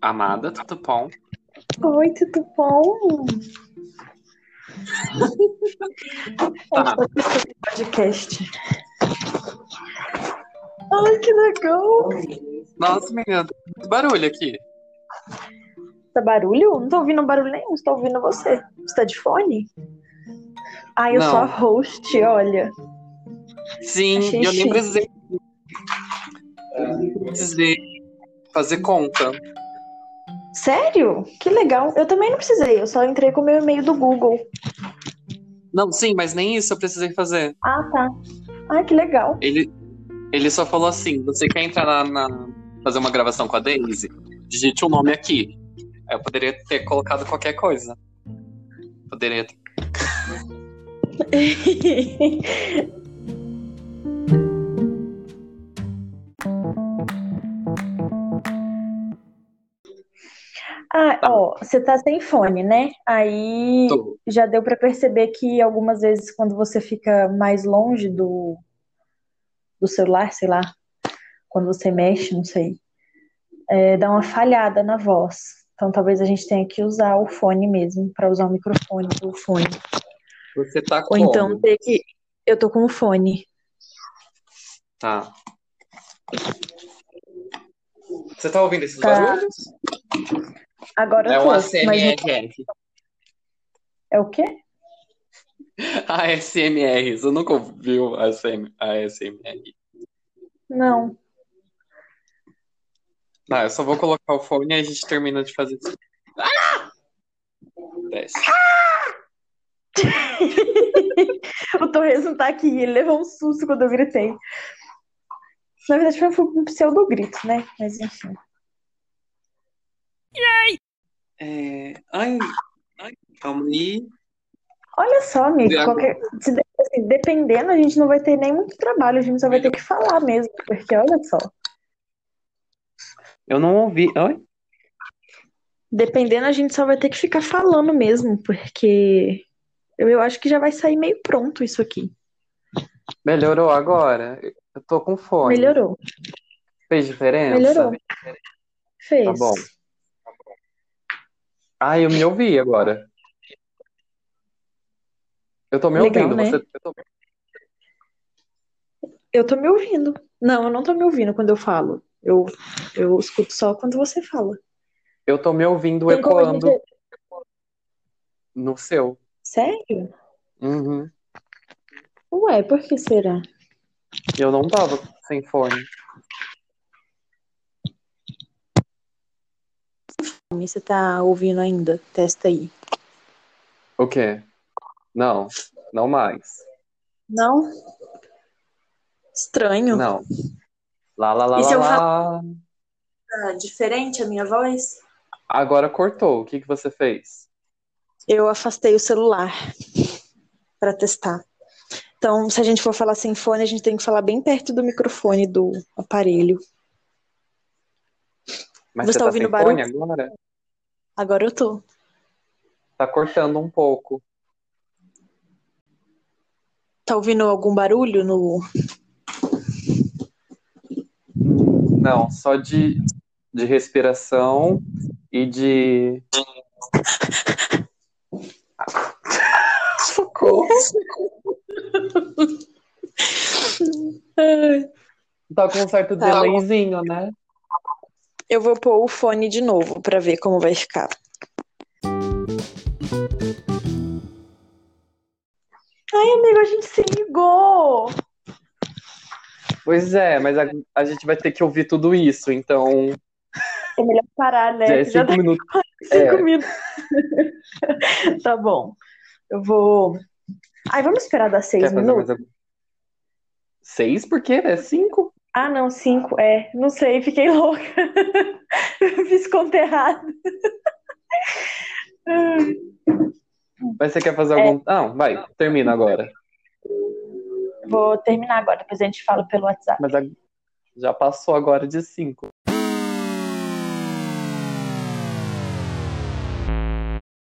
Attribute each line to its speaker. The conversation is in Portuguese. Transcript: Speaker 1: Amada, tudo bom?
Speaker 2: Oi, tudo bom?
Speaker 1: Tá.
Speaker 2: Podcast. Ai, que legal!
Speaker 1: Nossa, menina, tá muito barulho aqui.
Speaker 2: Tá barulho? Não tô ouvindo barulho nenhum, estou ouvindo você. Você tá de fone? Ai, eu
Speaker 1: Não.
Speaker 2: sou a host, olha.
Speaker 1: Sim,
Speaker 2: Achei
Speaker 1: eu nem
Speaker 2: chique.
Speaker 1: precisei dizer, fazer conta.
Speaker 2: Sério? Que legal. Eu também não precisei, eu só entrei com o meu e-mail do Google.
Speaker 1: Não, sim, mas nem isso eu precisei fazer.
Speaker 2: Ah, tá. Ai, que legal.
Speaker 1: Ele, ele só falou assim: você quer entrar na, na- fazer uma gravação com a Daisy? Digite o nome aqui. Aí Eu poderia ter colocado qualquer coisa. Poderia ter.
Speaker 2: Ah, ó, você tá sem fone, né? Aí
Speaker 1: Tô.
Speaker 2: já deu pra perceber que algumas vezes quando você fica mais longe do, do celular, sei lá, quando você mexe, não sei, é, dá uma falhada na voz. Então talvez a gente tenha que usar o fone mesmo, pra usar o microfone do fone.
Speaker 1: Você tá
Speaker 2: Ou
Speaker 1: com.
Speaker 2: então ter que. Eu tô com o fone.
Speaker 1: Tá. Você tá ouvindo esses
Speaker 2: Tá.
Speaker 1: barulhos?
Speaker 2: Agora
Speaker 1: É
Speaker 2: eu
Speaker 1: um
Speaker 2: tô, mas
Speaker 1: ASMR.
Speaker 2: é o quê?
Speaker 1: ASMR. Você nunca ouviu ASM- ASMR?
Speaker 2: Não.
Speaker 1: Tá, eu só vou colocar o fone e a gente termina de fazer isso. Ah! Desce.
Speaker 2: O Torres não tá aqui, ele levou um susto quando eu gritei. Na verdade, foi um pseudo-grito, né? Mas enfim.
Speaker 1: É... Ai, ai, calma aí.
Speaker 2: Olha só, amigo,
Speaker 1: E agora?
Speaker 2: qualquer- se de- assim, dependendo, a gente não vai ter nem muito trabalho, a gente só vai ter que falar mesmo, porque olha só.
Speaker 1: Eu não ouvi. Oi?
Speaker 2: Dependendo, a gente só vai ter que ficar falando mesmo, porque eu, eu acho que já vai sair meio pronto isso aqui.
Speaker 1: Melhorou agora? Eu tô com fone.
Speaker 2: Melhorou,
Speaker 1: Fez diferença?
Speaker 2: melhorou. Fez.
Speaker 1: Tá bom. Ai, eu me ouvi agora. Eu tô me
Speaker 2: Legal,
Speaker 1: ouvindo.
Speaker 2: né?
Speaker 1: Você... Eu tô...
Speaker 2: Eu tô me ouvindo. Não, eu não tô me ouvindo quando eu falo. Eu, eu escuto só quando você fala.
Speaker 1: eu tô me ouvindo
Speaker 2: Tem como a
Speaker 1: ecoando
Speaker 2: gente-
Speaker 1: no seu.
Speaker 2: Sério?
Speaker 1: Uhum.
Speaker 2: Ué, por que será?
Speaker 1: Eu não tava sem fone.
Speaker 2: Você tá ouvindo ainda? Testa aí.
Speaker 1: O quê? Não, não mais.
Speaker 2: Não? Estranho.
Speaker 1: Não. Lá, lá, lá,
Speaker 2: E
Speaker 1: lá,
Speaker 2: se eu
Speaker 1: lá.
Speaker 2: Tá diferente a minha voz?
Speaker 1: Agora cortou. O que que você fez?
Speaker 2: Eu afastei o celular pra testar. Então, se a gente for falar sem fone, a gente tem que falar bem perto do microfone do aparelho.
Speaker 1: Mas
Speaker 2: Você
Speaker 1: você
Speaker 2: tá
Speaker 1: tá,
Speaker 2: ouvindo
Speaker 1: sem fone agora?
Speaker 2: Agora eu tô.
Speaker 1: Tá cortando um pouco.
Speaker 2: Tá ouvindo algum barulho no.
Speaker 1: Não, só de, de respiração e de. Socorro! Tá com um certo
Speaker 2: Tá.
Speaker 1: delayzinho, né?
Speaker 2: Eu vou pôr o fone de novo pra ver como vai ficar. Ai, amigo, a gente se ligou!
Speaker 1: Pois é, mas a, a gente vai ter que ouvir tudo isso, então.
Speaker 2: É melhor parar, né?
Speaker 1: Já é
Speaker 2: Que já
Speaker 1: cinco minutos.
Speaker 2: Cinco
Speaker 1: É.
Speaker 2: minutos. tá bom. Eu vou. Ai, vamos esperar dar seis
Speaker 1: Quer fazer
Speaker 2: minutos?
Speaker 1: mais algum? Seis? Por quê? É cinco?
Speaker 2: Ah, não, cinco. É, não sei, fiquei louca. Fiz conta errada.
Speaker 1: Mas você quer fazer
Speaker 2: É.
Speaker 1: algum. Não, vai, termina
Speaker 2: Então,
Speaker 1: agora.
Speaker 2: Vou terminar agora, depois a gente fala pelo WhatsApp.
Speaker 1: Mas a- já passou agora de cinco.